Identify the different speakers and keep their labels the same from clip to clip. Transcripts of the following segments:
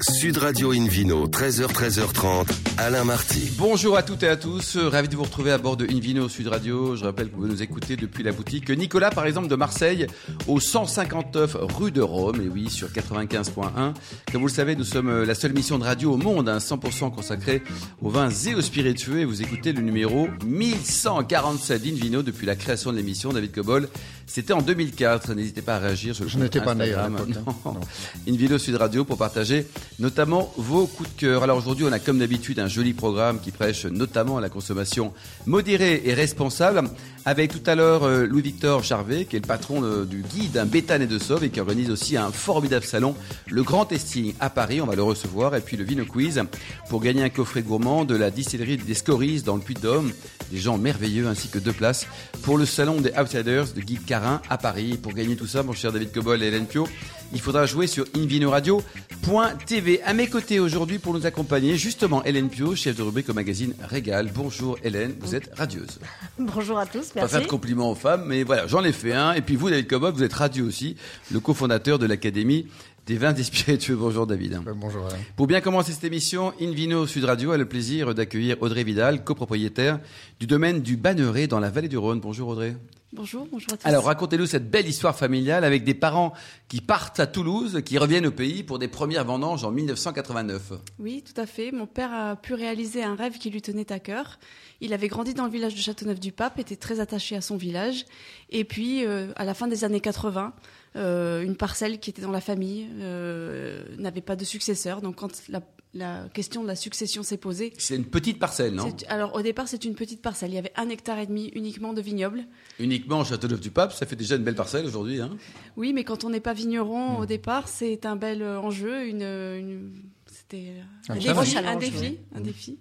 Speaker 1: Sud Radio Invino, 13h, 13h30, Alain Marty.
Speaker 2: Bonjour à toutes et à tous, ravi de vous retrouver à bord de Invino Sud Radio. Je rappelle que vous nous écoutez depuis la boutique Nicolas, par exemple, de Marseille, au 159 rue de Rome, et oui, sur 95.1. Comme vous le savez, nous sommes euh, la seule émission de radio au monde, hein, 100% consacrée aux vins et aux spiritueux, et vous écoutez le numéro 1147 d'Invino depuis la création de l'émission, David Cobol. C'était en 2004, n'hésitez pas à réagir sur le
Speaker 3: Je n'étais pas né à l'époque. hein.
Speaker 2: Non. Invino euh, Sud Radio pour partager notamment vos coups de cœur. Alors aujourd'hui, on a comme d'habitude un joli programme qui prêche notamment la consommation modérée et responsable. Avec tout à l'heure euh, Louis-Victor Charvet, qui est le patron de- du guide un Béthane et de Sauve et qui organise aussi un formidable salon, le Grand Testing à Paris. On va le recevoir. Et puis le Vino Quiz pour gagner un coffret gourmand de la distillerie des Scories dans le Puy-de-Dôme. Des gens merveilleux ainsi que deux places pour le salon des Outsiders de Guy Carin à Paris. Pour gagner tout ça, mon cher David Cobol et Hélène Pio, il faudra jouer sur invinoradio.tv. À mes côtés aujourd'hui pour nous accompagner, justement Hélène Pio, chef de rubrique au magazine Régal. Bonjour Hélène, vous êtes radieuse.
Speaker 4: Bonjour à tous,
Speaker 2: Pas
Speaker 4: merci.
Speaker 2: faire de compliments aux femmes, mais voilà, j'en ai fait un. Et puis vous, David Cobol, vous êtes radieux aussi, le cofondateur de l'Académie des vins des spiritueux. Bonjour David.
Speaker 3: Euh, Bonjour Alain.
Speaker 2: Pour bien commencer cette émission, Invino Sud Radio a le plaisir d'accueillir Audrey Vidal, copropriétaire du domaine du Banneret dans la vallée du Rhône. Bonjour Audrey.
Speaker 4: Bonjour, bonjour à tous.
Speaker 2: Alors racontez-nous cette belle histoire familiale avec des parents qui partent à Toulouse, qui reviennent au pays pour des premières vendanges en 1989.
Speaker 4: oui, tout à fait. Mon père a pu réaliser un rêve qui lui tenait à cœur. Il avait grandi dans le village de Châteauneuf-du-Pape, était très attaché à son village. Et puis, euh, à la fin des années 80, euh, une parcelle qui était dans la famille euh, n'avait pas de successeur. Donc, quand la, la question de la succession s'est posée,
Speaker 2: C'est une petite parcelle, non
Speaker 4: c'est- alors au départ, c'est une petite parcelle. Il y avait un hectare et demi uniquement de vignobles.
Speaker 2: Uniquement Châteauneuf-du-Pape, ça fait déjà une belle parcelle aujourd'hui. Hein
Speaker 4: Oui, mais quand on n'est pas vigneron
Speaker 2: Hmm.
Speaker 4: au départ, c'est un bel euh, enjeu, une, une- c'était euh,
Speaker 3: Un
Speaker 4: un,
Speaker 3: challenge.
Speaker 4: défi, un
Speaker 5: Challenge,
Speaker 4: défi,
Speaker 5: oui.
Speaker 4: un défi,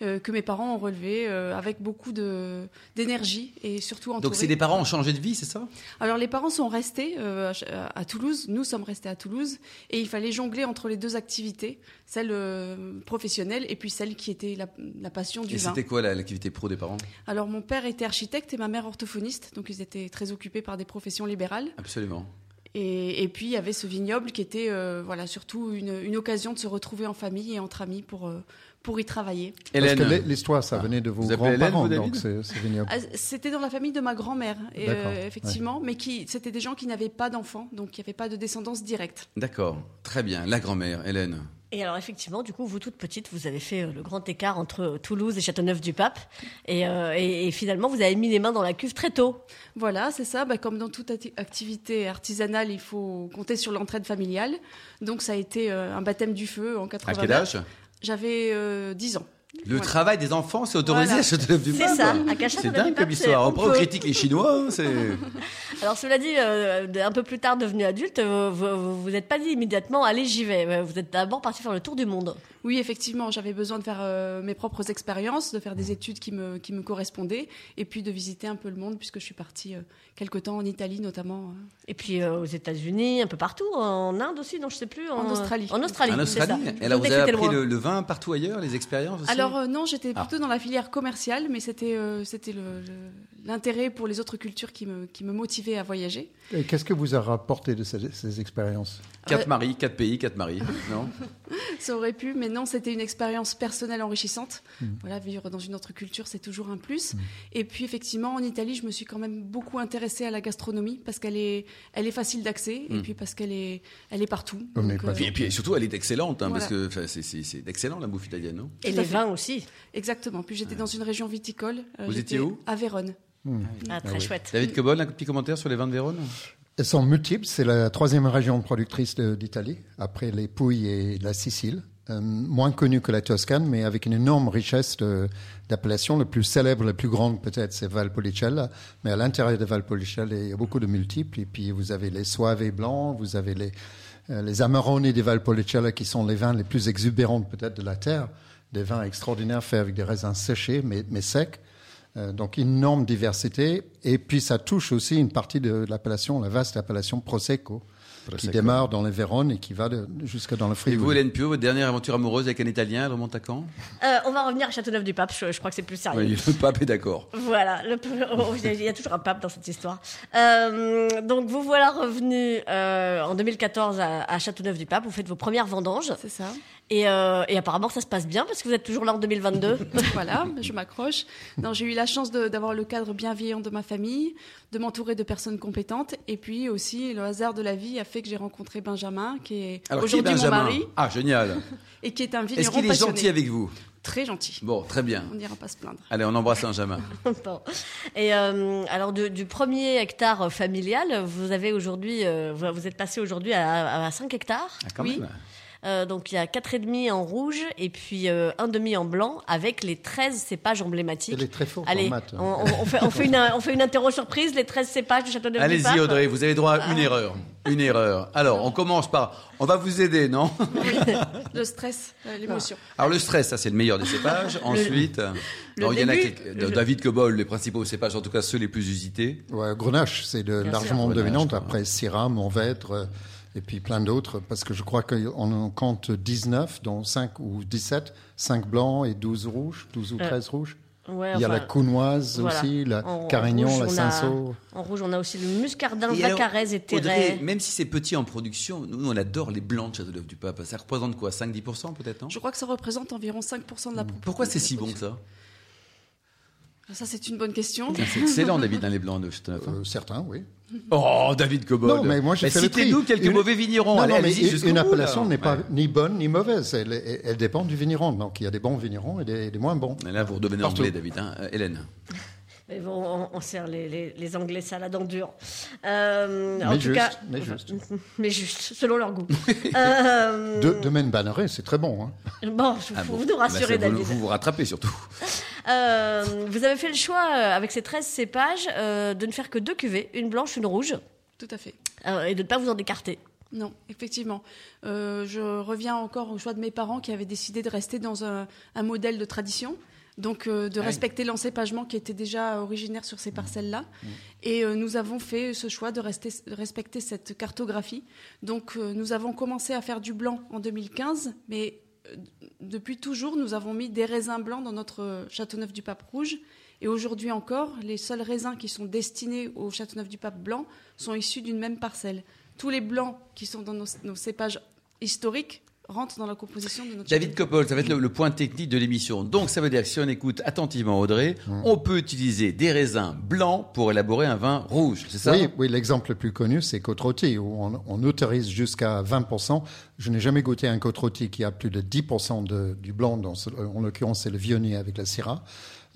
Speaker 4: euh, que mes parents ont relevé euh, avec beaucoup de d'énergie et surtout entouré.
Speaker 2: Donc c'est des parents ont changé de vie, c'est ça
Speaker 4: Alors les parents sont restés euh, à Ch- à Toulouse, nous sommes restés à Toulouse, et il fallait jongler entre les deux activités, celle euh, professionnelle et puis celle qui était la, la passion du
Speaker 2: Et
Speaker 4: vin.
Speaker 2: c'était quoi la- l'activité pro des parents
Speaker 4: Alors mon père était architecte et ma mère orthophoniste, donc ils étaient très occupés par des professions libérales.
Speaker 2: Absolument.
Speaker 4: Et, et puis il y avait ce vignoble qui était euh, voilà surtout une, une occasion de se retrouver en famille et entre amis pour euh, pour y travailler.
Speaker 2: Hélène, Ah.
Speaker 3: Parce que l'hi- l'histoire, ça venait de vos
Speaker 2: Vous appelez Hélène,
Speaker 3: grands-parents,
Speaker 2: vous, David
Speaker 3: donc c'est c'est vignoble.
Speaker 4: Ah, C'était dans la famille de ma grand-mère et,
Speaker 3: D'accord,
Speaker 4: euh,
Speaker 3: ouais.
Speaker 4: effectivement, mais qui c'était des gens qui n'avaient pas d'enfants, donc il n'y avait pas de descendance directe.
Speaker 2: d'accord, très bien. La grand-mère, Hélène.
Speaker 5: Et alors effectivement, du coup, vous toute petite, vous avez fait euh, le grand écart entre euh, Toulouse et Châteauneuf-du-Pape, et, euh, et- et finalement, vous avez mis les mains dans la cuve très tôt.
Speaker 4: Voilà, c'est ça. Bah, comme dans toute ati- activité artisanale, il faut compter sur l'entraide familiale. Donc ça a été euh, un baptême du feu en
Speaker 2: À
Speaker 4: 89.
Speaker 2: quel âge
Speaker 4: J'avais euh, 10 ans.
Speaker 2: Le
Speaker 4: Voilà.
Speaker 2: travail des enfants, c'est autorisé
Speaker 4: Voilà.
Speaker 2: à Châteauneuf-du-Pape.
Speaker 5: C'est ça, à
Speaker 2: C'est dingue comme
Speaker 5: Châteauneuf-du-Pape. c'est-
Speaker 2: histoire.
Speaker 5: on
Speaker 2: Après, on
Speaker 5: peut.
Speaker 2: critique les Chinois. hein, C'est
Speaker 5: Alors cela dit, euh, d- un peu plus tard, devenu adulte, euh, vous vous- vous n'êtes pas dit immédiatement, allez, j'y vais. Ouais, Vous êtes d'abord parti faire le tour du monde.
Speaker 4: Oui, effectivement, j'avais besoin de faire euh, mes propres expériences, de faire des études qui me, qui me correspondaient, et puis de visiter un peu le monde, puisque je suis partie euh, quelque temps en Italie notamment. euh.
Speaker 5: Et puis euh, aux États-Unis, un peu partout, en Inde aussi, non, je sais plus.
Speaker 4: En Australie.
Speaker 5: En Australie.
Speaker 2: en
Speaker 5: c'est ça.
Speaker 2: Australie.
Speaker 5: Je
Speaker 2: Et alors, vous
Speaker 5: me disais
Speaker 2: avez
Speaker 5: que c'était
Speaker 2: appris le,
Speaker 5: loin.
Speaker 2: le vin partout ailleurs, les expériences aussi
Speaker 4: Alors euh, non, j'étais
Speaker 2: Ah.
Speaker 4: plutôt dans la filière commerciale, mais c'était euh, c'était le- le- l'intérêt pour les autres cultures qui me, qui me motivait à voyager.
Speaker 3: Et Qu'est-ce que vous a rapporté de ces, ces expériences
Speaker 2: Quatre
Speaker 4: Ouais.
Speaker 2: maris, quatre pays, quatre maris. Non
Speaker 4: Ça aurait pu, mais non, c'était une expérience personnelle enrichissante. Voilà, vivre dans une autre culture, c'est toujours un plus. Et puis, effectivement, en Italie, je me suis quand même beaucoup intéressée à la gastronomie parce qu'elle est, elle est facile d'accès et
Speaker 2: Mm.
Speaker 4: puis parce qu'elle est, elle est partout.
Speaker 3: On n'est
Speaker 4: Donc,
Speaker 3: pas
Speaker 4: euh,
Speaker 2: Et puis, et puis, surtout, elle est excellente, hein,
Speaker 4: Voilà.
Speaker 2: parce que enfin, c'est- c'est c'est excellent la bouffe italienne, non
Speaker 5: Et
Speaker 4: Tout à
Speaker 5: les
Speaker 4: fait.
Speaker 5: vins aussi.
Speaker 4: Exactement. Puis j'étais dans une région viticole. Euh,
Speaker 2: Vous
Speaker 4: j'étais
Speaker 2: étiez où
Speaker 4: À Vérone.
Speaker 5: Ah, très
Speaker 3: oui.
Speaker 5: chouette.
Speaker 2: David Cobol, un petit commentaire sur les vins de Vérone
Speaker 3: Elles sont multiples. C'est la troisième région productrice de- d'Italie, après les Pouilles et la Sicile. Euh, moins connue que la Toscane, mais avec une énorme richesse de- d'appellations. Le plus célèbre, le plus grand peut-être, c'est Valpolicella. Mais à l'intérieur de Valpolicella, il y a beaucoup de multiples. Et puis vous avez les Soave blancs, vous avez les, euh, les Amarone de Valpolicella, qui sont les vins les plus exubérants peut-être de la terre. Des vins extraordinaires faits avec des raisins séchés, mais, mais secs. Euh, donc énorme diversité. Et puis ça touche aussi une partie de l'appellation, la vaste appellation Prosecco, qui démarre dans les Vérones et qui va de- jusque dans le
Speaker 2: Et vous,
Speaker 3: Fribourg.
Speaker 2: Hélène Pio, votre dernière aventure amoureuse avec un Italien, elle remonte à quand
Speaker 5: Euh, on va revenir à Châteauneuf-du-Pape, je, je crois que c'est plus sérieux.
Speaker 2: Oui, Le pape est d'accord.
Speaker 5: Voilà, le- oh, il y a- il y a toujours un pape dans cette histoire. Euh, donc vous voilà revenu euh, en 2014 à, à Châteauneuf-du-Pape, vous faites vos premières vendanges
Speaker 4: C'est ça.
Speaker 5: et, euh, et apparemment ça se passe bien parce que vous êtes toujours là en 2022.
Speaker 4: voilà, je m'accroche. Non, j'ai eu la chance de- d'avoir le cadre bienveillant de ma famille, de m'entourer de personnes compétentes, et puis aussi le hasard de la vie a fait que j'ai rencontré Benjamin, qui est
Speaker 2: Alors, qui est
Speaker 4: aujourd'hui mon
Speaker 2: Benjamin
Speaker 4: mari
Speaker 2: Ah, génial.
Speaker 4: et qui est un vigneron
Speaker 2: Est-ce qu'il est
Speaker 4: passionné.
Speaker 2: gentil avec vous
Speaker 4: Très gentil.
Speaker 2: Bon, très bien.
Speaker 4: On n'ira pas se plaindre.
Speaker 2: Allez, on embrasse Benjamin.
Speaker 5: Bon. Et euh, alors du, du premier hectare euh, familial, vous avez aujourd'hui, euh, vous vous êtes passé aujourd'hui à, à 5 hectares.
Speaker 2: Ah, quand
Speaker 4: Oui.
Speaker 2: même.
Speaker 5: Euh, donc il y a quatre et demi en rouge et puis euh, un demi en blanc avec les 13 cépages emblématiques.
Speaker 3: Elle est très forte en
Speaker 5: Allez,
Speaker 3: maths. hein.
Speaker 5: on, on- on fait, on, fait une, on fait une interro surprise, les 13 cépages du château de
Speaker 2: Allez-y, Audrey, vous avez droit à une erreur. Une erreur. Alors, on commence par. On va vous aider, non
Speaker 4: Le stress, euh,
Speaker 2: Ah.
Speaker 4: l'émotion.
Speaker 2: Alors, le stress, ça, c'est le meilleur des cépages. Ensuite, euh, non, il y en a
Speaker 5: début,
Speaker 2: quelques-
Speaker 5: le-
Speaker 2: David Cobol, les principaux cépages, en tout cas ceux les plus usités.
Speaker 3: Ouais, Grenache, c'est de
Speaker 5: sûr.
Speaker 3: largement
Speaker 2: Grenache,
Speaker 3: dominante.
Speaker 2: quoi.
Speaker 3: Après Syrah, Mourvèdre, euh, et puis plein d'autres, parce que je crois qu'on en compte 19, dont 5 ou 17, 5 blancs et 12 rouges, 12 ou 13 rouges.
Speaker 5: Euh, Ouais,
Speaker 3: Il y a la
Speaker 5: enfin,
Speaker 3: Counoise
Speaker 5: voilà.
Speaker 3: aussi, la
Speaker 5: En- en
Speaker 3: Carignan,
Speaker 5: rouge,
Speaker 3: la
Speaker 5: on a-
Speaker 3: Cinsault.
Speaker 5: En rouge, on a aussi le muscardin,
Speaker 2: Et alors,
Speaker 5: vacarès et
Speaker 2: Audrey,
Speaker 5: terret.
Speaker 2: même si c'est petit en production, nous, nous, on adore les blancs de Châteauneuf du Pape. Ça représente quoi 5-10% peut-être, non
Speaker 4: Je crois que ça représente environ 5% de la proportion.
Speaker 2: Pourquoi c'est si bon que ça
Speaker 4: Ça, c'est une bonne question.
Speaker 2: Putain, C'est excellent, David, hein, les blancs de Châteauneuf. hein.
Speaker 3: Euh, certains, oui.
Speaker 2: Oh, David Cobol
Speaker 3: Non, mais moi, j'ai fait le tri.
Speaker 2: Citez-nous quelques
Speaker 3: Une-
Speaker 2: mauvais vignerons.
Speaker 3: Non,
Speaker 2: Allez,
Speaker 3: non, mais
Speaker 2: allez-y
Speaker 3: une
Speaker 2: jusqu'au
Speaker 3: une
Speaker 2: bout,
Speaker 3: appellation
Speaker 2: là.
Speaker 3: n'est pas
Speaker 2: Ouais.
Speaker 3: ni bonne ni mauvaise. Elle, elle- elle dépend du vigneron. Donc il y a des bons vignerons et des, des moins bons.
Speaker 2: Mais Là, vous redevenez
Speaker 3: Partout.
Speaker 2: anglais, David. hein. Euh, Hélène.
Speaker 5: Mais bon, on, on sert les, les, les Anglais ça à la dent dure. Euh, en
Speaker 3: Mais
Speaker 5: tout
Speaker 3: juste,
Speaker 5: cas,
Speaker 3: mais juste.
Speaker 5: mais juste, selon leur goût. Euh,
Speaker 3: De, Domaine Banneret, c'est très bon. hein.
Speaker 5: Bon, je-
Speaker 2: Ah
Speaker 5: vous,
Speaker 2: bon.
Speaker 5: vous nous rassurez,
Speaker 2: Bah, ça, vous-
Speaker 5: David.
Speaker 2: Vous vous rattrapez surtout.
Speaker 5: Euh, vous avez fait le choix, euh, avec ces 13 cépages, euh, de ne faire que deux cuvées, une blanche, une rouge,
Speaker 4: Tout à fait.
Speaker 5: euh, et de ne pas vous en écarter.
Speaker 4: Non, effectivement. Euh, je reviens encore au choix de mes parents qui avaient décidé de rester dans un, un modèle de tradition, donc euh, de
Speaker 2: Ah oui.
Speaker 4: respecter l'encépagement qui était déjà originaire sur ces parcelles-là. Et euh, nous avons fait ce choix de, rester, de respecter cette cartographie. Donc euh, nous avons commencé à faire du blanc en 2015, mais euh, depuis toujours, nous avons mis des raisins blancs dans notre euh, Châteauneuf du Pape Rouge. Et aujourd'hui encore, les seuls raisins qui sont destinés au Châteauneuf du Pape blanc sont issus d'une même parcelle. Tous les blancs qui sont dans nos, nos cépages historiques rentrent dans la composition de notre
Speaker 2: David
Speaker 4: Châteauneuf.
Speaker 2: Copol, ça va être le, le point technique de l'émission. Donc, ça veut dire que si on écoute attentivement Audrey,
Speaker 3: Mm.
Speaker 2: on peut utiliser des raisins blancs pour élaborer un vin rouge, c'est ça
Speaker 3: Oui, oui, l'exemple le plus connu, c'est côte rôtie, où on, on autorise jusqu'à 20%. Je n'ai jamais goûté un côte rôtie qui a plus de 10% de- du blanc, dans ce- en l'occurrence, c'est le vionnier avec la syrah.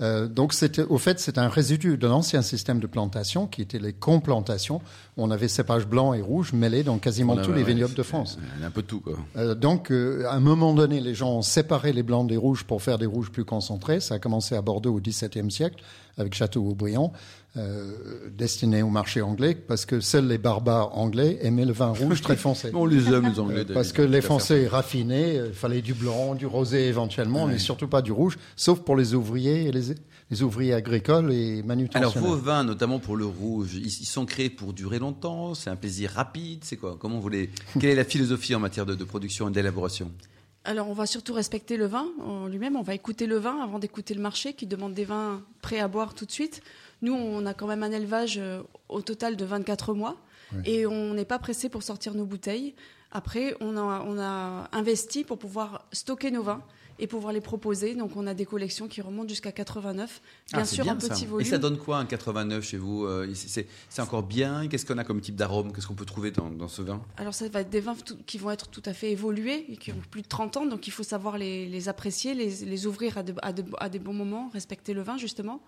Speaker 3: Euh, donc, c'est- au fait, c'est un résidu de l'ancien système de plantation qui était les complantations. On avait cépages blancs et rouges mêlés dans quasiment
Speaker 2: On a-
Speaker 3: tous les
Speaker 2: ouais,
Speaker 3: vignobles
Speaker 2: c'est-
Speaker 3: de France.
Speaker 2: On a Un peu de tout, quoi.
Speaker 3: Euh, donc, euh, à un moment donné, les gens ont séparé les blancs des rouges pour faire des rouges plus concentrés. Ça a commencé à Bordeaux au XVIIe siècle avec Château-Aubriand, euh, destiné au marché anglais, parce que seuls les barbares anglais aimaient le vin rouge très foncé.
Speaker 2: On les aime, les
Speaker 3: Euh,
Speaker 2: Anglais. David.
Speaker 3: Parce que les Français raffinés, euh, il fallait du blanc, du rosé éventuellement, mais surtout pas du rouge, sauf pour les ouvriers et les, les ouvriers agricoles et
Speaker 2: Alors,
Speaker 3: manutentionnaires.
Speaker 2: vos vins, notamment pour le rouge, ils, ils sont créés pour durer longtemps C'est un plaisir rapide C'est quoi Comment vous les... Quelle est la philosophie en matière de, de production et d'élaboration
Speaker 4: Alors, on va surtout respecter le vin en lui-même. On va écouter le vin avant d'écouter le marché qui demande des vins prêts à boire tout de suite. Nous, on a quand même un élevage euh, au total de 24 mois et on n'est pas pressé pour sortir nos bouteilles. Après, on a, on a investi pour pouvoir stocker nos vins et pouvoir les proposer. Donc, on a des collections qui remontent jusqu'à 89. Bien
Speaker 2: Ah, c'est
Speaker 4: sûr, en
Speaker 2: ça.
Speaker 4: petit volume.
Speaker 2: Et ça donne quoi un 89 chez vous Euh, c'est- C'est c'est encore bien Qu'est-ce qu'on a comme type d'arôme Qu'est-ce qu'on peut trouver dans, dans ce vin
Speaker 4: Alors ça va être des vins tout- qui vont être tout à fait évolués et qui
Speaker 3: Mmh.
Speaker 4: ont plus de 30 ans, donc il faut savoir les, les apprécier, les, les ouvrir à, de- à de- à des bons moments, respecter le vin justement.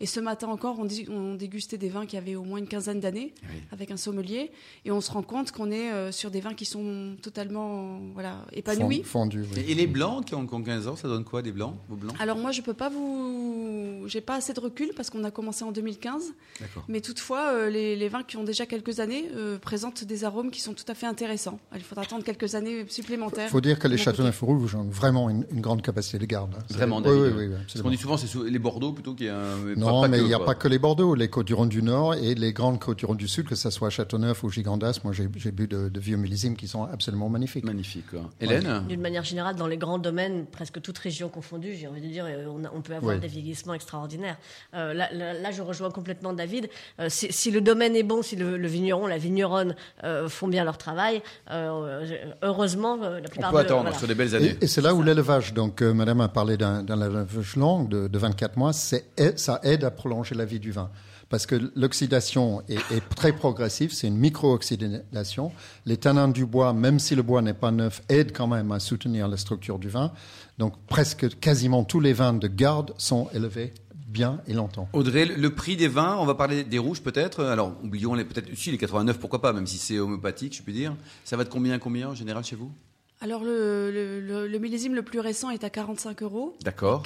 Speaker 4: Et ce matin encore, on, dis- on dégustait des vins qui avaient au moins une quinzaine d'années
Speaker 2: Oui.
Speaker 4: avec un sommelier et on se rend compte qu'on est euh, sur des vins qui sont sont totalement voilà,
Speaker 3: Fond-
Speaker 4: épanouis.
Speaker 3: Fondu. oui.
Speaker 2: Et, et les blancs qui ont, qui ont 15 ans, ça donne quoi des blancs Vos blancs
Speaker 4: Alors moi, je peux pas vous, j'ai pas assez de recul parce qu'on a commencé en 2015.
Speaker 2: D'accord.
Speaker 4: Mais toutefois, euh, les, les vins qui ont déjà quelques années euh, présentent des arômes qui sont tout à fait intéressants. Il faudra attendre quelques années supplémentaires.
Speaker 3: Il faut dire que les
Speaker 4: Bon,
Speaker 3: châteauneuf rouges ont vraiment une, une grande capacité de garde. hein. C'est-
Speaker 2: Vraiment,
Speaker 3: oui,
Speaker 2: David.
Speaker 3: oui, oui, oui,
Speaker 2: Parce
Speaker 3: absolument.
Speaker 2: qu'on dit souvent, c'est sous- les Bordeaux plutôt qu'il y a un. pas-
Speaker 3: Non,
Speaker 2: pas
Speaker 3: mais
Speaker 2: que,
Speaker 3: il n'y a
Speaker 2: quoi.
Speaker 3: pas que les Bordeaux, les Côtes-du-Rhône du Nord et les grandes Côtes-du-Rhône du Sud, que ce soit Châteauneuf ou Gigandas. Moi, j'ai j'ai bu de, de vieux millésimes qui sont absolument magnifiques.
Speaker 2: Magnifique. quoi. Hélène
Speaker 5: D'une manière générale, dans les grands domaines, presque toutes régions confondues, j'ai envie de dire, euh, on, a- on peut avoir
Speaker 3: Oui.
Speaker 5: des vieillissements extraordinaires. Euh, là, là- là, je rejoins complètement David. Euh, si, si le domaine est bon, si le, le vigneron, la vigneronne euh, font bien leur travail, euh, j'ai- heureusement, euh,
Speaker 2: On
Speaker 5: la plupart
Speaker 2: peut
Speaker 5: de-
Speaker 2: attendre
Speaker 5: voilà.
Speaker 2: sur des belles années.
Speaker 3: Et, et c'est là où l'élevage, donc euh, madame a parlé d'un d'un élevage long de, de 24 mois, c'est aide- ça aide à prolonger la vie du vin. Parce que l'oxydation est, est très progressive, c'est une micro-oxydation. Les tanins du bois, même si le bois n'est pas neuf, aident quand même à soutenir la structure du vin. Donc presque quasiment tous les vins de garde sont élevés bien et longtemps.
Speaker 2: Audrey, le- le prix des vins, on va parler des rouges peut-être. Alors, oublions les peut-être aussi les 89, pourquoi pas, même si c'est homéopathique, je puis dire. Ça va de combien à combien en général chez vous
Speaker 4: Alors le, le- le- le millésime le plus récent est à 45 euros,
Speaker 2: D'accord.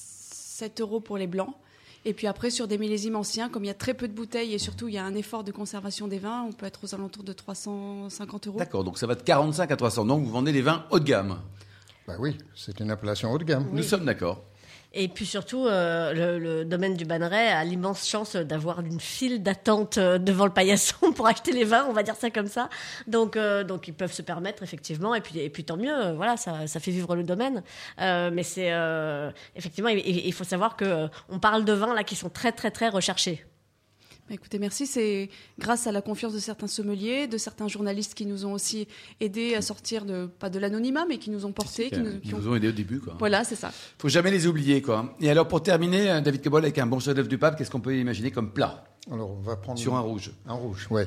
Speaker 4: 47 euros pour les blancs. Et puis après, sur des millésimes anciens, comme il y a très peu de bouteilles et surtout il y a un effort de conservation des vins, on peut être aux alentours de 350 euros.
Speaker 2: D'accord, donc ça va de 45 à 300. Donc vous vendez les vins haut de gamme.
Speaker 3: Bah oui, c'est une appellation haut de gamme.
Speaker 2: Nous sommes d'accord.
Speaker 5: Et puis surtout, euh, le, le domaine du Banneret a l'immense chance d'avoir une file d'attente euh, devant le paillasson pour acheter les vins, on va dire ça comme ça. Donc, euh, donc ils peuvent se permettre effectivement, et puis, et puis tant mieux, euh, voilà, ça, ça fait vivre le domaine. Euh, mais c'est euh, effectivement, il, il- il faut savoir que euh, on parle de vins là qui sont très très très recherchés.
Speaker 4: Bah, Écoutez, merci. C'est grâce à la confiance de certains sommeliers, de certains journalistes qui nous ont aussi aidés à sortir de, pas de l'anonymat, mais qui nous ont portés. Qui nous, qui
Speaker 2: Ils
Speaker 4: ont-
Speaker 2: nous ont aidés au début, quoi.
Speaker 4: Voilà, c'est ça.
Speaker 2: Faut jamais les oublier, quoi. Et alors, pour terminer, euh, David Cobol, avec un bon chef-d'œuvre du pape, qu'est-ce qu'on peut imaginer comme plat
Speaker 3: Alors on va prendre
Speaker 2: sur un rouge
Speaker 3: Un rouge, oui.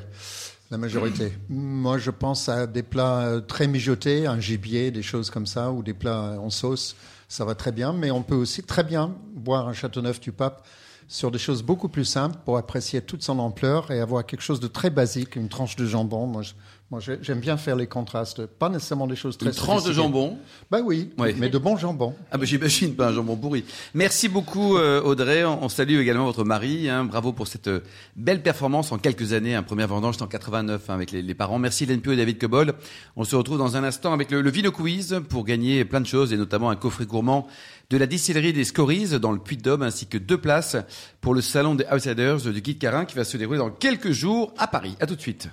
Speaker 3: La majorité. Moi, je pense à des plats euh, très mijotés, un gibier, des choses comme ça, ou des plats en sauce. Ça va très bien, mais on peut aussi très bien boire un châteauneuf du pape sur des choses beaucoup plus simples pour apprécier toute son ampleur et avoir quelque chose de très basique, une tranche de jambon. Moi, je- moi, j'ai- j'aime bien faire les contrastes, pas nécessairement des choses très
Speaker 2: Une tranche de
Speaker 3: sophistiquées.
Speaker 2: jambon.
Speaker 3: Bah oui,
Speaker 2: Oui.
Speaker 3: mais de bon jambon.
Speaker 2: Ah ben j'imagine pas un jambon pourri. Merci beaucoup euh, Audrey. On, on salue également votre mari. hein. Bravo pour cette euh, belle performance en quelques années. Un première vendange c'était en 89 hein, avec les, les parents. Merci Hélène Pio et David Cobol. On se retrouve dans un instant avec le, le Vino Quiz pour gagner plein de choses et notamment un coffret gourmand de la distillerie des Scories dans le Puy-de-Dôme ainsi que deux places pour le salon des Outsiders du Guide Carin qui va se dérouler dans quelques jours à Paris. À tout de suite.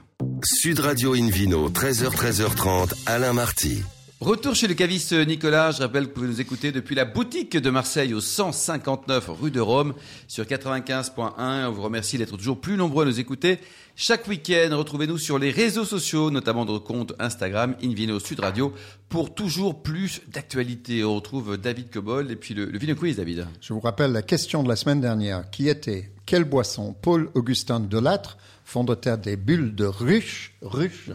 Speaker 1: Sud Radio Invino, 13h, 13h30, Alain Marty.
Speaker 2: Retour chez le caviste Nicolas. Je rappelle que vous pouvez nous écouter depuis la boutique de Marseille au 159 rue de Rome sur 95.1. On vous remercie d'être toujours plus nombreux à nous écouter chaque week-end. Retrouvez-nous sur les réseaux sociaux, notamment notre compte Instagram Invino Sud Radio pour toujours plus d'actualités. On retrouve David Cobol et puis le, le Vino Quiz, David.
Speaker 3: Je vous rappelle la question de la semaine dernière qui était quelle boisson Paul-Augustin Delattre, fondateur des bulles de ruche, ruche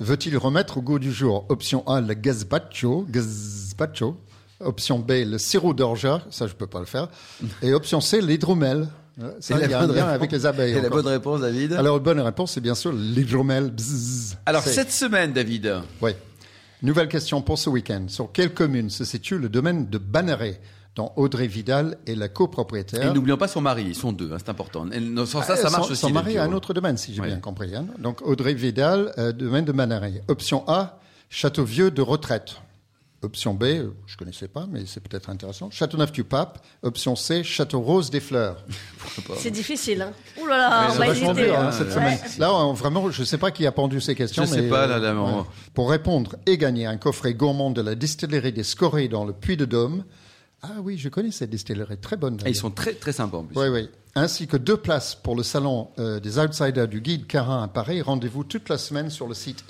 Speaker 3: veut-il remettre au goût du jour Option A, le gazpacho, gazpacho. Option B, le sirop d'orgeat, ça je peux pas le faire. Et option C, l'hydromel. Euh, Ça,
Speaker 2: Et la
Speaker 3: il y a un
Speaker 2: bonne
Speaker 3: lien
Speaker 2: réponse-
Speaker 3: avec les abeilles.
Speaker 2: Et la
Speaker 3: encore.
Speaker 2: bonne réponse, David. Alors,
Speaker 3: Alors, bonne réponse, c'est bien sûr l'hydromel. bzzz. C'est- Hein
Speaker 2: cette semaine, David.
Speaker 3: oui. Nouvelle question pour ce week-end. Sur quelle commune se situe le domaine de Banneret, dont Audrey Vidal est la
Speaker 2: Et
Speaker 3: copropriétaire
Speaker 2: n'oublions pas son mari. Ils sont deux, hein, c'est important. Et non, sans ça,
Speaker 3: Ah,
Speaker 2: ça marche
Speaker 3: son,
Speaker 2: aussi.
Speaker 3: son
Speaker 2: Hélène
Speaker 3: mari a un
Speaker 2: Pio.
Speaker 3: autre domaine, si j'ai
Speaker 2: Ouais.
Speaker 3: bien compris. hein. Donc Audrey Vidal, euh, domaine de Banneret. Option A, château vieux de retraite. Option B, euh, je connaissais pas, mais c'est peut-être intéressant. Châteauneuf du Pape. Option C, Château Rose des Fleurs.
Speaker 5: C'est difficile. Hein. Ouh là là,
Speaker 2: Mais
Speaker 5: on
Speaker 2: ça
Speaker 5: va
Speaker 2: va
Speaker 5: hésiter.
Speaker 2: changer,
Speaker 3: dur,
Speaker 2: hein,
Speaker 5: Ouais.
Speaker 3: cette
Speaker 2: ouais.
Speaker 3: semaine. Là, on- vraiment, je ne sais pas qui a pendu ces questions.
Speaker 2: Je sais
Speaker 3: mais,
Speaker 2: pas,
Speaker 3: euh,
Speaker 2: là, là, on-
Speaker 3: Pour répondre et gagner un coffret gourmand de la distillerie des Scorées dans le Puy-de-Dôme. Ah oui, je connais cette distillerie, très bonne.
Speaker 2: Et Ah, ils sont très, très sympas en plus.
Speaker 3: Oui, oui. Ainsi que deux places pour le salon euh, des outsiders du guide Carin à Paris. Rendez-vous toute la semaine sur le site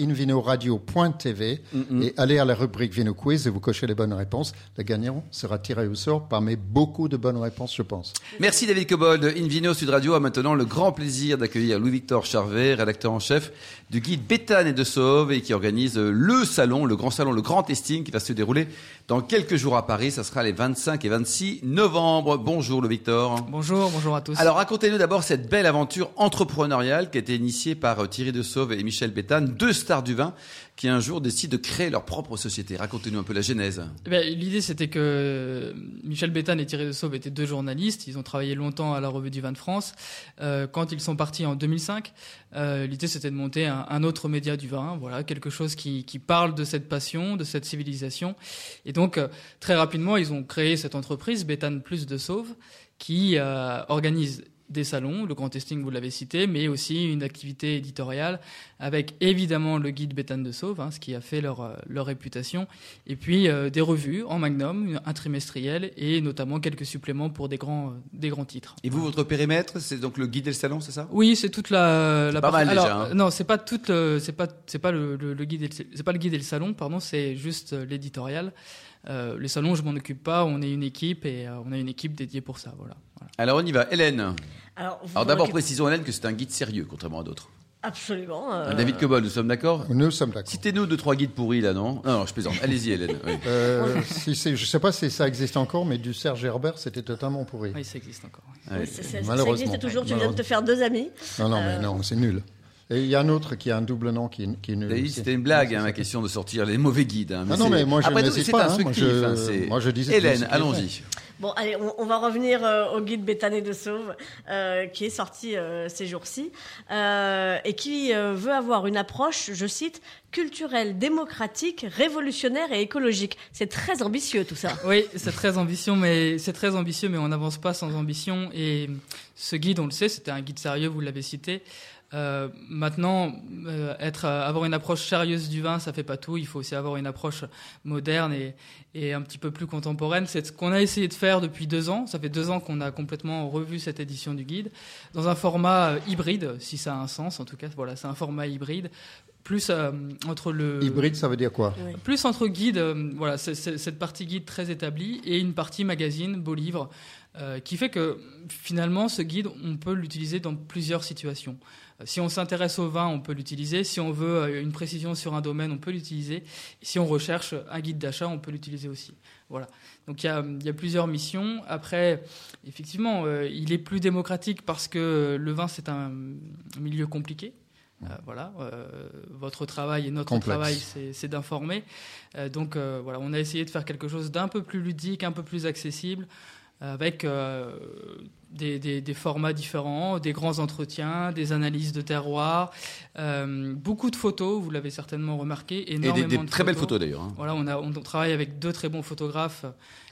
Speaker 3: invinoradio.tv
Speaker 2: Mm,
Speaker 3: et allez à la rubrique Vino Quiz et vous cochez les bonnes réponses. Le gagnant sera tiré au sort parmi beaucoup de bonnes réponses, je pense.
Speaker 2: Merci David Cobold. Invino Sud Radio a maintenant le grand plaisir d'accueillir Louis-Victor Charvet, rédacteur en chef du guide Béthane et de Sauve et qui organise euh, le salon, le grand salon, le grand testing qui va se dérouler dans quelques jours à Paris. Ça sera les 25 et 26 novembre. Bonjour Louis-Victor.
Speaker 6: Bonjour, bonjour à tous. tous.
Speaker 2: Alors racontez-nous d'abord cette belle aventure entrepreneuriale qui a été initiée par euh, Thierry De Sauve et Michel Béthane, deux stars du vin, qui un jour décident de créer leur propre société. Racontez-nous un peu la genèse.
Speaker 6: Eh ben, L'idée, c'était que euh, Michel Béthane et Thierry de Sauve étaient deux journalistes. Ils ont travaillé longtemps à la Revue du Vin de France. Euh, quand ils sont partis en 2005, euh, l'idée, c'était de monter un, un autre média du vin. Voilà, quelque chose qui, qui parle de cette passion, de cette civilisation. Et donc, euh, très rapidement, ils ont créé cette entreprise, Béthane plus de Sauve, qui euh, organise des salons, le grand testing, vous l'avez cité, mais aussi une activité éditoriale avec évidemment le guide Béthane de Sauve, hein, ce qui a fait leur, euh, leur réputation, et puis euh, des revues en magnum, une- un trimestriel, et notamment quelques suppléments pour des grands, euh, des grands titres.
Speaker 2: Et vous, votre périmètre, c'est donc le guide et le salon, c'est ça
Speaker 6: Oui, c'est toute la, la
Speaker 2: pas
Speaker 6: partie-
Speaker 2: mal déjà,
Speaker 6: alors,
Speaker 2: hein.
Speaker 6: Non, c'est pas toute le- c'est pas c'est pas le, le- le guide et le- c'est pas le guide et le salon, pardon, c'est juste euh, l'éditorial. Euh, le salon, je m'en occupe pas. On est une équipe et euh, on a une équipe dédiée pour ça. Voilà. Voilà.
Speaker 2: Alors on y va, Hélène.
Speaker 5: Alors, vous
Speaker 2: Alors d'abord
Speaker 5: manquez-
Speaker 2: précisons Hélène que c'est un guide sérieux, contrairement à d'autres.
Speaker 5: Absolument. euh,
Speaker 2: David Cobol, nous sommes d'accord
Speaker 3: Nous sommes d'accord.
Speaker 2: Citez-nous deux trois guides pourris là, non Non, non, je plaisante. Allez-y, Hélène. oui.
Speaker 3: Euh, si c'est- je ne sais pas si ça existe encore, mais du Serge Herbert, c'était totalement pourri.
Speaker 6: Oui, ça existe encore. oui.
Speaker 2: Ouais.
Speaker 5: oui, c'est- c'est- ça
Speaker 3: Malheureusement.
Speaker 5: existe toujours. Tu viens de
Speaker 3: Malheureusement.
Speaker 5: te faire deux amis.
Speaker 3: Non, non,
Speaker 6: Euh.
Speaker 3: mais non, c'est nul. Et il y a un autre qui a un double nom qui, qui est nul.
Speaker 2: David,
Speaker 3: aussi.
Speaker 2: c'était une blague, hein, ma question de sortir les mauvais guides. hein,
Speaker 3: Non, non,
Speaker 2: c'est-
Speaker 3: mais moi, je
Speaker 2: Après tout,
Speaker 3: n'hésite
Speaker 2: c'est
Speaker 3: pas, hein,
Speaker 2: instructif.
Speaker 3: moi, je-
Speaker 2: hein, c'est-
Speaker 3: moi, je dis cette
Speaker 2: Hélène,
Speaker 3: musique est
Speaker 2: allons-y.
Speaker 5: Bon, allez, on, on va revenir euh, au guide Bétané de Sauve, euh, qui est sorti euh, ces jours-ci, euh, et qui euh, veut avoir une approche, je cite, culturelle, démocratique, révolutionnaire et écologique. C'est très ambitieux tout ça.
Speaker 6: Oui, c'est très ambitieux, mais c'est très ambitieux, mais on n'avance pas sans ambition. Et ce guide, on le sait, c'était un guide sérieux, vous l'avez cité. Euh, maintenant, euh, être, euh, avoir une approche sérieuse du vin, ça fait pas tout. Il faut aussi avoir une approche moderne et, et un petit peu plus contemporaine. C'est ce qu'on a essayé de faire depuis deux ans. Ça fait deux ans qu'on a complètement revu cette édition du guide dans un format euh, hybride, si ça a un sens. En tout cas, voilà, c'est un format hybride, plus euh, entre le
Speaker 3: Hybride, ça veut dire quoi
Speaker 6: plus entre guides, euh, voilà, c'est- c'est- cette partie guide très établie et une partie magazine, beau livre, euh, qui fait que finalement ce guide, on peut l'utiliser dans plusieurs situations. Euh, Si on s'intéresse au vin, on peut l'utiliser. Si on veut euh, une précision sur un domaine, on peut l'utiliser. Si on recherche un guide d'achat, on peut l'utiliser aussi. Voilà. Donc il y a, il y a plusieurs missions. Après, effectivement, euh, il est plus démocratique parce que le vin, c'est un milieu compliqué. Euh, voilà, euh, votre travail et notre
Speaker 3: Complexe.
Speaker 6: travail, c'est c'est d'informer. Euh, donc euh, voilà, on a essayé de faire quelque chose d'un peu plus ludique, un peu plus accessible, avec euh, des, des- des formats différents, des grands entretiens, des analyses de terroir, euh, beaucoup de photos, vous l'avez certainement remarqué,
Speaker 2: Et
Speaker 6: énormément
Speaker 2: des, des
Speaker 6: de
Speaker 2: très belles photos d'ailleurs. hein.
Speaker 6: Voilà, on, a, on travaille avec deux très bons photographes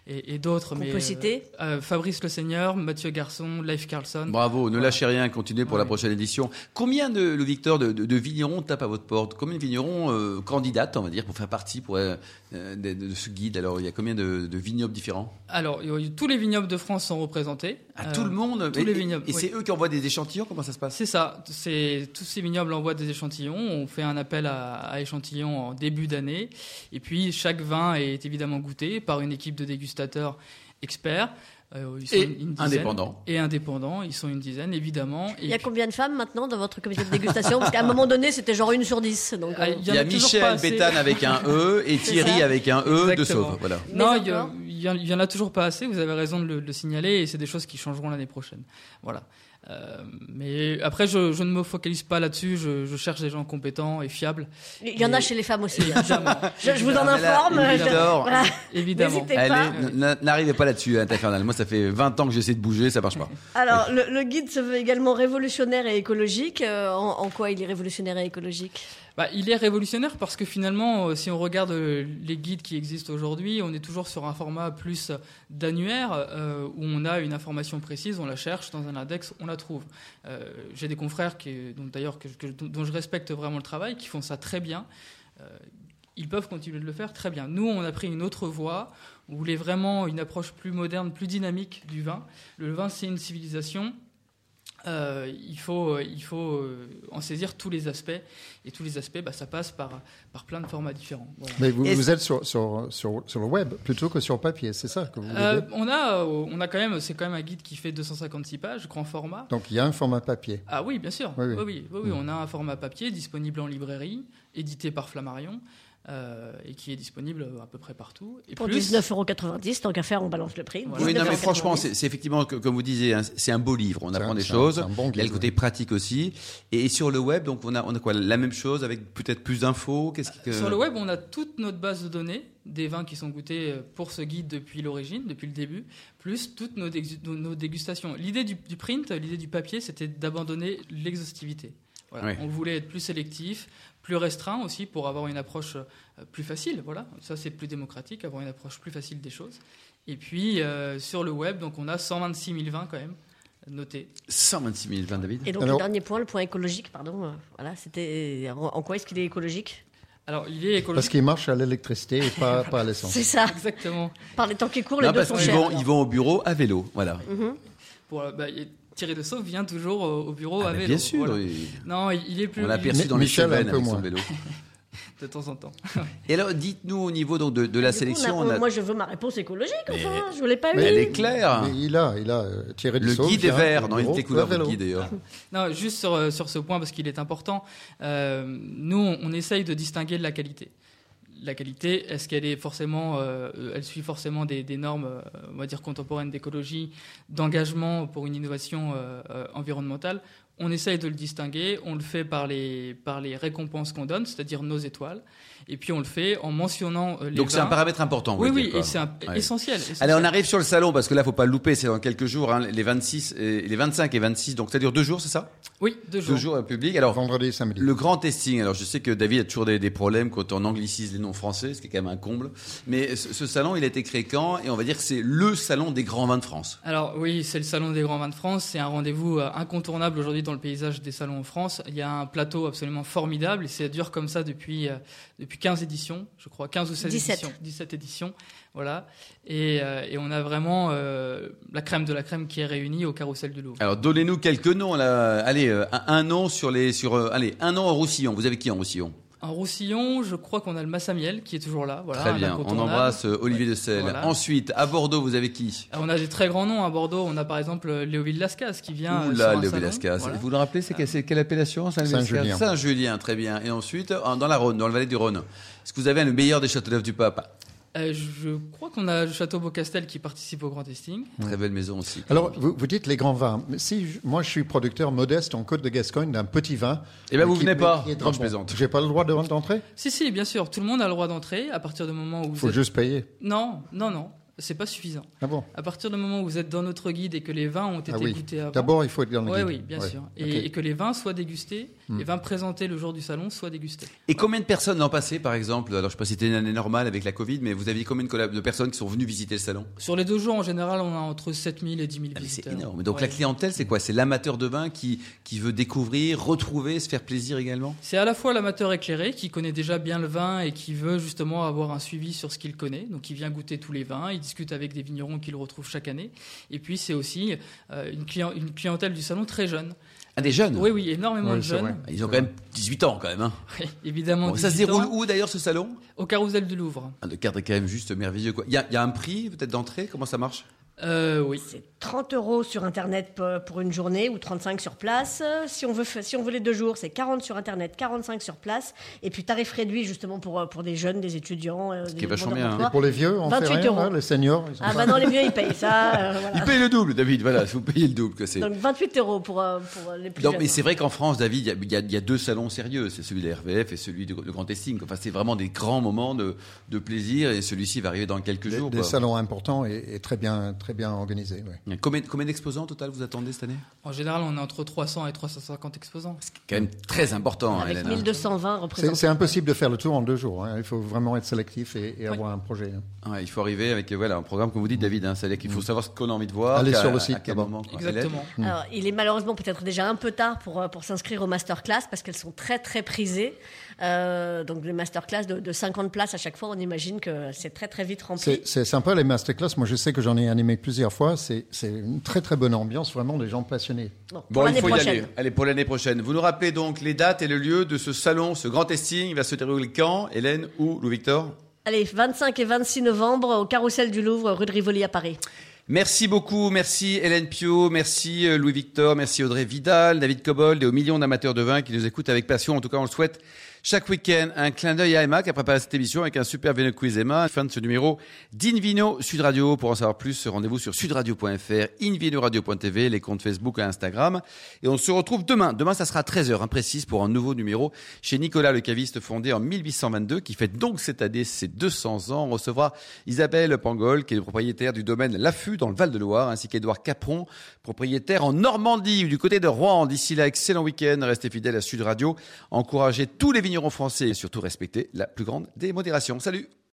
Speaker 6: et, et d'autres.
Speaker 5: On
Speaker 6: mais,
Speaker 5: peut
Speaker 6: euh,
Speaker 5: citer
Speaker 6: euh, Fabrice Le Seigneur, Mathieu Garçon, Leif Carlson.
Speaker 2: Bravo, ne
Speaker 6: Voilà.
Speaker 2: lâchez rien, continuez pour la
Speaker 6: Ouais.
Speaker 2: prochaine édition. Combien de, le Victor, de, de- de vignerons tape à votre porte Combien de vignerons euh, candidatent, on va dire, pour faire partie pour, euh, euh, de, de ce guide Alors, il y a combien de, de vignobles différents
Speaker 6: Alors, il y a- tous les vignobles de France sont représentés.
Speaker 2: À
Speaker 6: Euh,
Speaker 2: tout le monde
Speaker 6: tous
Speaker 2: Et-
Speaker 6: les
Speaker 2: et-
Speaker 6: vignobles,
Speaker 2: Et
Speaker 6: oui.
Speaker 2: c'est eux qui envoient des échantillons Comment ça se passe
Speaker 6: C'est ça. C'est tous ces vignobles envoient des échantillons. On fait un appel à, à échantillons en début d'année, et puis chaque vin est évidemment goûté par une équipe de dégustateurs experts. Euh, ils sont
Speaker 2: Et
Speaker 6: une dizaine.
Speaker 2: indépendants.
Speaker 6: Et indépendants, ils sont une dizaine évidemment. Et
Speaker 5: Il y a
Speaker 6: puis-
Speaker 5: combien de femmes maintenant dans votre comité de dégustation Parce qu'à un moment donné, c'était genre une sur dix. Donc,
Speaker 6: Ah,
Speaker 5: euh,
Speaker 6: il
Speaker 2: Il y, a
Speaker 6: toujours pas
Speaker 2: Michel
Speaker 6: assez.
Speaker 2: Béthane avec un E et
Speaker 5: C'est
Speaker 2: Thierry
Speaker 5: ça.
Speaker 2: avec un E de
Speaker 6: Exactement.
Speaker 2: Sauve. Voilà.
Speaker 5: Mais
Speaker 6: Non, il y, a-
Speaker 5: encore
Speaker 6: il y en- il y en a toujours pas assez. Vous avez raison de le, de le signaler, et c'est des choses qui changeront l'année prochaine. Voilà. Euh, mais après, je, je ne me focalise pas là-dessus. Je, je cherche des gens compétents et fiables.
Speaker 5: Il y en a
Speaker 6: Et-
Speaker 5: chez les femmes aussi. hein.
Speaker 6: Évidemment.
Speaker 5: Je, je vous en
Speaker 2: Ah, mais là,
Speaker 5: informe. je-
Speaker 2: Victor,
Speaker 5: voilà.
Speaker 6: évidemment.
Speaker 5: N'hésitez
Speaker 2: Allez,
Speaker 5: pas.
Speaker 2: n- n- n'arrivez pas là-dessus, hein, Tafernal. Moi, ça fait 20 ans que j'essaie de bouger, ça marche pas.
Speaker 5: Alors, le, le guide se veut également révolutionnaire et écologique. Euh, en, en quoi il est révolutionnaire et écologique
Speaker 6: Bah, il est révolutionnaire parce que finalement, euh, si on regarde euh, les guides qui existent aujourd'hui, on est toujours sur un format plus euh, d'annuaire euh, où on a une information précise, on la cherche dans un index, on la trouve. Euh, J'ai des confrères qui, dont d'ailleurs que- que- dont je respecte vraiment le travail, qui font ça très bien. Euh, ils peuvent continuer de le faire très bien. Nous, on a pris une autre voie. On voulait vraiment une approche plus moderne, plus dynamique du vin. Le vin, c'est une civilisation. Euh, il faut, il faut euh, en saisir tous les aspects. Et tous les aspects, bah, ça passe par, par plein de formats différents. Voilà.
Speaker 3: Mais vous,
Speaker 2: Est-ce-
Speaker 3: vous êtes sur, sur, sur, sur le web plutôt que sur papier, c'est ça que vous voulez
Speaker 6: Euh,
Speaker 3: dire
Speaker 6: on a, euh, on a quand même, c'est quand même un guide qui fait 256 pages, grand format.
Speaker 3: Donc il y a un format papier.
Speaker 6: Ah oui, Mm. bien sûr.
Speaker 3: Oui,
Speaker 6: Oui,
Speaker 3: oui.
Speaker 6: oui, oui, oui, on a un format papier disponible en librairie, édité par Flammarion. euh, et qui est disponible à peu près partout. Et
Speaker 5: Pour
Speaker 6: plus-
Speaker 5: 19,90€, tant qu'à faire, on balance le prix.
Speaker 6: Voilà.
Speaker 2: Oui, non, mais
Speaker 5: 19,90.
Speaker 2: franchement, c'est c'est effectivement, que- comme vous disiez, hein, c'est un beau livre. On
Speaker 3: C'est
Speaker 2: apprend
Speaker 3: un-
Speaker 2: des
Speaker 3: c'est un-
Speaker 2: choses.
Speaker 3: c'est un bon
Speaker 2: Il y a le
Speaker 3: guide,
Speaker 2: côté
Speaker 3: ouais.
Speaker 2: pratique aussi. Et, et sur le web, donc on a, on a quoi La même chose avec peut-être plus d'infos. Qu'est-ce que
Speaker 6: Sur le web, on a toute notre base de données des vins qui sont goûtés euh, pour ce guide depuis l'origine, depuis le début, plus toutes nos, dégu- nos dégustations. L'idée du, du print, l'idée du papier, c'était d'abandonner l'exhaustivité. Voilà.
Speaker 2: Oui.
Speaker 6: On voulait être plus sélectif, plus restreint aussi pour avoir une approche euh, plus facile. Voilà, ça c'est plus démocratique, avoir une approche plus facile des choses. Et puis euh, sur le web, donc on a 126 000 vins quand même notés.
Speaker 2: 126 000 vins, David.
Speaker 5: Et donc,
Speaker 3: Alors-
Speaker 5: le dernier point, le point écologique, pardon. euh, Voilà, c'était. En, en quoi est-ce qu'il est écologique
Speaker 6: Alors l'idée
Speaker 3: Parce
Speaker 6: écologique.
Speaker 3: qu'il marche à l'électricité et pas, pas à l'essence.
Speaker 5: C'est ça.
Speaker 6: Exactement.
Speaker 5: Par les temps qui courent, les
Speaker 2: Non,
Speaker 5: deux
Speaker 2: parce
Speaker 5: sont
Speaker 2: qu'ils
Speaker 5: chers.
Speaker 2: vont, ils vont au bureau à vélo. Voilà.
Speaker 5: Mhm.
Speaker 6: Pour, euh, bah, et Thierry de Sauve vient toujours euh, au au bureau
Speaker 2: Ah,
Speaker 6: à
Speaker 2: mais
Speaker 6: vélo.
Speaker 2: bien sûr.
Speaker 6: Voilà.
Speaker 2: oui.
Speaker 6: Non, il il est plus
Speaker 2: On l'a
Speaker 6: il-
Speaker 2: perçu
Speaker 3: Mi-
Speaker 2: dans les
Speaker 3: Michel, un
Speaker 2: Chevennes
Speaker 3: peu
Speaker 2: avec son
Speaker 3: moins.
Speaker 2: vélo.
Speaker 6: de temps en temps.
Speaker 2: Et alors, dites-nous au niveau donc, de, de la
Speaker 5: Du coup, on a-
Speaker 2: sélection.
Speaker 5: on-
Speaker 2: on a-
Speaker 5: Moi, je veux ma réponse écologique,
Speaker 2: Mais-
Speaker 5: enfin. Je ne l'ai pas
Speaker 2: Mais
Speaker 5: eu.
Speaker 2: elle est claire.
Speaker 3: Mais il a, il a euh, Thierry
Speaker 2: Le
Speaker 3: Dussault,
Speaker 2: guide est
Speaker 3: Gérard
Speaker 2: vert. Non, il
Speaker 3: Poirot,
Speaker 2: était couleur de
Speaker 3: Lavelo.
Speaker 2: guide
Speaker 6: Ah,
Speaker 2: d'ailleurs.
Speaker 6: Non, juste sur, euh, sur ce point parce qu'il est important. euh, nous, on on essaye de distinguer de la qualité. La qualité, est-ce qu'elle est forcément, euh, elle suit forcément des, des normes, euh, on va dire contemporaines d'écologie, d'engagement pour une innovation euh, euh, environnementale. On essaye de le distinguer. On le fait par les par les récompenses qu'on donne, c'est-à-dire nos étoiles. Et puis on le fait en mentionnant euh, les.
Speaker 2: Donc c'est un
Speaker 6: vins.
Speaker 2: paramètre important. vous
Speaker 6: Oui,
Speaker 2: voulez
Speaker 6: oui,
Speaker 2: dire,
Speaker 6: et
Speaker 2: quoi.
Speaker 6: c'est un-
Speaker 2: Ouais.
Speaker 6: essentiel. essentiel.
Speaker 2: Allez, on arrive sur le salon parce que là, faut pas le louper. C'est dans quelques jours, hein, les 26, et, les 25 et 26. Donc ça dure deux jours, c'est ça
Speaker 6: Oui, deux jours.
Speaker 2: Deux jours euh, public. Alors
Speaker 3: Vendredi, samedi.
Speaker 2: le grand testing. Alors je sais que David a toujours des, des problèmes quand on anglicise les noms français, ce qui est quand même un comble. Mais ce, ce salon, il a été créé quand Et on va dire que c'est le salon des grands vins de France.
Speaker 6: Alors oui, c'est le Salon des Grands Vins de France. C'est un rendez-vous euh, incontournable aujourd'hui dans le paysage des salons en France. Il y a un plateau absolument formidable et c'est dure comme ça depuis, euh, depuis 15 éditions, je crois, 15 ou 16
Speaker 5: 17.
Speaker 6: éditions. 17 éditions, voilà. Et, euh, et on a vraiment euh, la crème de la crème qui est réunie au Carrousel du Louvre.
Speaker 2: Alors donnez-nous quelques noms. Là. Allez, euh, un, un nom sur les sur. euh, allez, un nom en Roussillon. Vous avez qui en Roussillon
Speaker 6: En Roussillon, je crois qu'on a le Massamiel qui est toujours là. Voilà,
Speaker 2: Très
Speaker 6: un
Speaker 2: bien. On
Speaker 6: incontournable.
Speaker 2: embrasse euh, Olivier de Selle.
Speaker 6: Voilà.
Speaker 2: Ensuite, à Bordeaux, vous avez qui
Speaker 6: Alors, Euh, On a des très grands noms à Bordeaux. On a par exemple euh, Léoville Lascasse qui vient. euh, sur
Speaker 2: Oula,
Speaker 6: un
Speaker 2: Léo
Speaker 6: salon.
Speaker 2: Velasquez.
Speaker 6: Voilà.
Speaker 2: Vous le rappelez, c'est que- c'est quelle appellation
Speaker 3: Saint-Julien.
Speaker 2: Saint-Julien, très bien. Et ensuite, en- dans la Rhône, dans le vallée du Rhône. Est-ce que vous avez le meilleur des châteauneuf du Pape
Speaker 6: Euh, je crois qu'on a le Château Beaucastel qui participe au Grand Testing.
Speaker 2: Très belle maison aussi.
Speaker 3: Alors, vous, vous dites les grands vins. Mais si je- moi, je suis producteur modeste en Côte de Gascogne d'un petit vin.
Speaker 2: Eh ben,
Speaker 3: mais
Speaker 2: vous
Speaker 3: qui-
Speaker 2: venez
Speaker 3: mais
Speaker 2: pas.
Speaker 3: qui est très
Speaker 2: Non, je
Speaker 3: bon.
Speaker 2: plaisante.
Speaker 3: J'ai pas le droit de d'entrer.
Speaker 6: Si, si, bien sûr, tout le monde a le droit d'entrer à partir du moment où vous
Speaker 3: Faut
Speaker 6: êtes...
Speaker 3: juste payer.
Speaker 6: Non, non, non, c'est pas suffisant.
Speaker 3: Ah bon.
Speaker 6: À partir du moment où vous êtes dans notre guide et que les vins ont été
Speaker 3: Ah oui.
Speaker 6: goûtés avant...
Speaker 3: D'abord, il faut être dans le
Speaker 6: Oui,
Speaker 3: guide.
Speaker 6: oui, bien
Speaker 3: Ouais.
Speaker 6: sûr.
Speaker 3: Ok. Hmm.
Speaker 6: Et, et que les vins soient dégustés, les vins présentés le jour du salon soient dégustés.
Speaker 2: Et combien de personnes l'an passé, par exemple Alors, je ne sais pas si c'était une année normale avec la Covid, mais vous aviez combien de, collab- de personnes qui sont venues visiter le salon
Speaker 6: Sur les deux jours, en général, on a entre 7000 et 10 000
Speaker 2: Ah, mais C'est
Speaker 6: visiteurs.
Speaker 2: énorme. Donc,
Speaker 6: Ouais.
Speaker 2: la clientèle, c'est quoi C'est l'amateur de vin qui, qui veut découvrir, retrouver, se faire plaisir également
Speaker 6: C'est à la fois l'amateur éclairé qui connaît déjà bien le vin et qui veut justement avoir un suivi sur ce qu'il connaît. Donc il vient goûter tous les vins, il discute avec des vignerons qu'il retrouve chaque année. Et puis c'est aussi euh, une, clien- une clientèle du salon très jeune.
Speaker 2: Ah, des jeunes Ah,
Speaker 6: Oui, oui, énormément
Speaker 3: Oui,
Speaker 6: de
Speaker 3: c'est
Speaker 6: jeunes.
Speaker 3: vrai.
Speaker 2: Ils ont quand même 18 ans, quand même. hein.
Speaker 6: Oui, évidemment.
Speaker 2: Bon, ça se
Speaker 6: 18
Speaker 2: déroule
Speaker 6: ans,
Speaker 2: où d'ailleurs ce salon
Speaker 6: Au carrousel du Louvre.
Speaker 2: Ah, Le cadre est quand même juste merveilleux. Quoi. Il, y a, il y a un prix peut-être d'entrée Comment ça marche
Speaker 6: Euh, oui.
Speaker 5: C'est 30 euros sur Internet pe- pour une journée ou 35 sur place. Euh, Si on veut, fa- si on veut les deux jours, c'est 40 sur Internet, 45 sur place. Et puis tarif réduit justement pour, euh, pour des jeunes, des étudiants. euh,
Speaker 2: qui
Speaker 5: des
Speaker 2: est vachement
Speaker 5: demandeurs
Speaker 2: bien, hein.
Speaker 5: d'emploi.
Speaker 3: Et pour les vieux, on fait
Speaker 5: 28
Speaker 3: rien.
Speaker 5: euros.
Speaker 3: hein, les seniors, ils sont
Speaker 5: Ah bah
Speaker 3: pas-
Speaker 5: non, les vieux ils payent ça. euh, voilà.
Speaker 2: Il paye le double, David. Voilà, vous payez le double. que c'est.
Speaker 5: Donc 28 euros pour, euh, pour euh, les plus
Speaker 2: Non,
Speaker 5: jeunes.
Speaker 2: mais c'est vrai qu'en France, David, il y a- il y, a- il y a deux salons sérieux. C'est celui de la RVF et celui du le Grand Testing. Enfin, c'est vraiment des grands moments de, de plaisir et celui-ci va arriver dans quelques
Speaker 3: des,
Speaker 2: jours.
Speaker 3: des
Speaker 2: quoi.
Speaker 3: salons importants et, et très bien, très bien organisés. ouais.
Speaker 2: Il y a Combien, combien d'exposants au total vous attendez cette année
Speaker 6: En général, on est entre 300 et 350 exposants.
Speaker 2: Quand même très important,
Speaker 5: Avec
Speaker 2: Hélène. hein.
Speaker 5: 1220
Speaker 3: C'est
Speaker 5: représentants.
Speaker 3: c'est impossible de faire le tour en deux jours. hein. Il faut vraiment être sélectif et, et avoir un projet. hein.
Speaker 2: Ouais, il faut arriver avec euh, voilà, un programme, comme vous dites, David. hein. C'est-à-dire qu'il faut savoir ce qu'on a envie de voir.
Speaker 3: Allez
Speaker 2: qu'à-
Speaker 3: sur le
Speaker 2: à
Speaker 3: site,
Speaker 2: quel
Speaker 3: d'abord.
Speaker 2: moment, quoi.
Speaker 6: Exactement.
Speaker 5: Alors, il est malheureusement peut-être déjà un peu tard pour, euh, pour s'inscrire aux masterclass parce qu'elles sont très très prisées. Euh, donc les masterclass de, de 50 places à chaque fois, on imagine que c'est très très vite rempli.
Speaker 3: C'est c'est sympa les masterclass. Moi, je sais que j'en ai animé plusieurs fois. C'est c'est une très très bonne ambiance, vraiment des gens passionnés.
Speaker 5: Bon, pour
Speaker 2: Bon, il
Speaker 5: l'année
Speaker 2: faut y
Speaker 5: prochaine.
Speaker 2: aller. Allez, pour l'année prochaine. Vous nous rappelez donc les dates et le lieu de ce salon, ce grand testing. Il va se dérouler quand Hélène ou Louis-Victor
Speaker 5: Allez, 25 et 26 novembre au Carrousel du Louvre, rue de Rivoli à Paris.
Speaker 2: Merci beaucoup, merci Hélène Pio, merci euh, Louis Victor, merci Audrey Vidal, David Cobold et aux millions d'amateurs de vin qui nous écoutent avec passion. En tout cas, on le souhaite Chaque week-end, un clin d'œil à Emma qui a préparé cette émission avec un super Vino Quiz Emma. Fin de ce numéro d'Invino Sud Radio. Pour en savoir plus, rendez-vous sur sudradio.fr, invinoradio.tv, les comptes Facebook et Instagram. Et on se retrouve demain. Demain, ça sera 13h, imprécise, pour un nouveau numéro chez Nicolas le Caviste, fondé en 1822, qui fête donc cette année ses 200 ans. On recevra Isabelle Pangol, qui est propriétaire du domaine Laffut dans le Val-de-Loire, ainsi qu'Edouard Capron, propriétaire en Normandie, du côté de Rouen. D'ici là, excellent week-end. Restez fidèles à Sud Radio. Encouragez tous les vignerons français et surtout respectez la plus grande des modérations. Salut!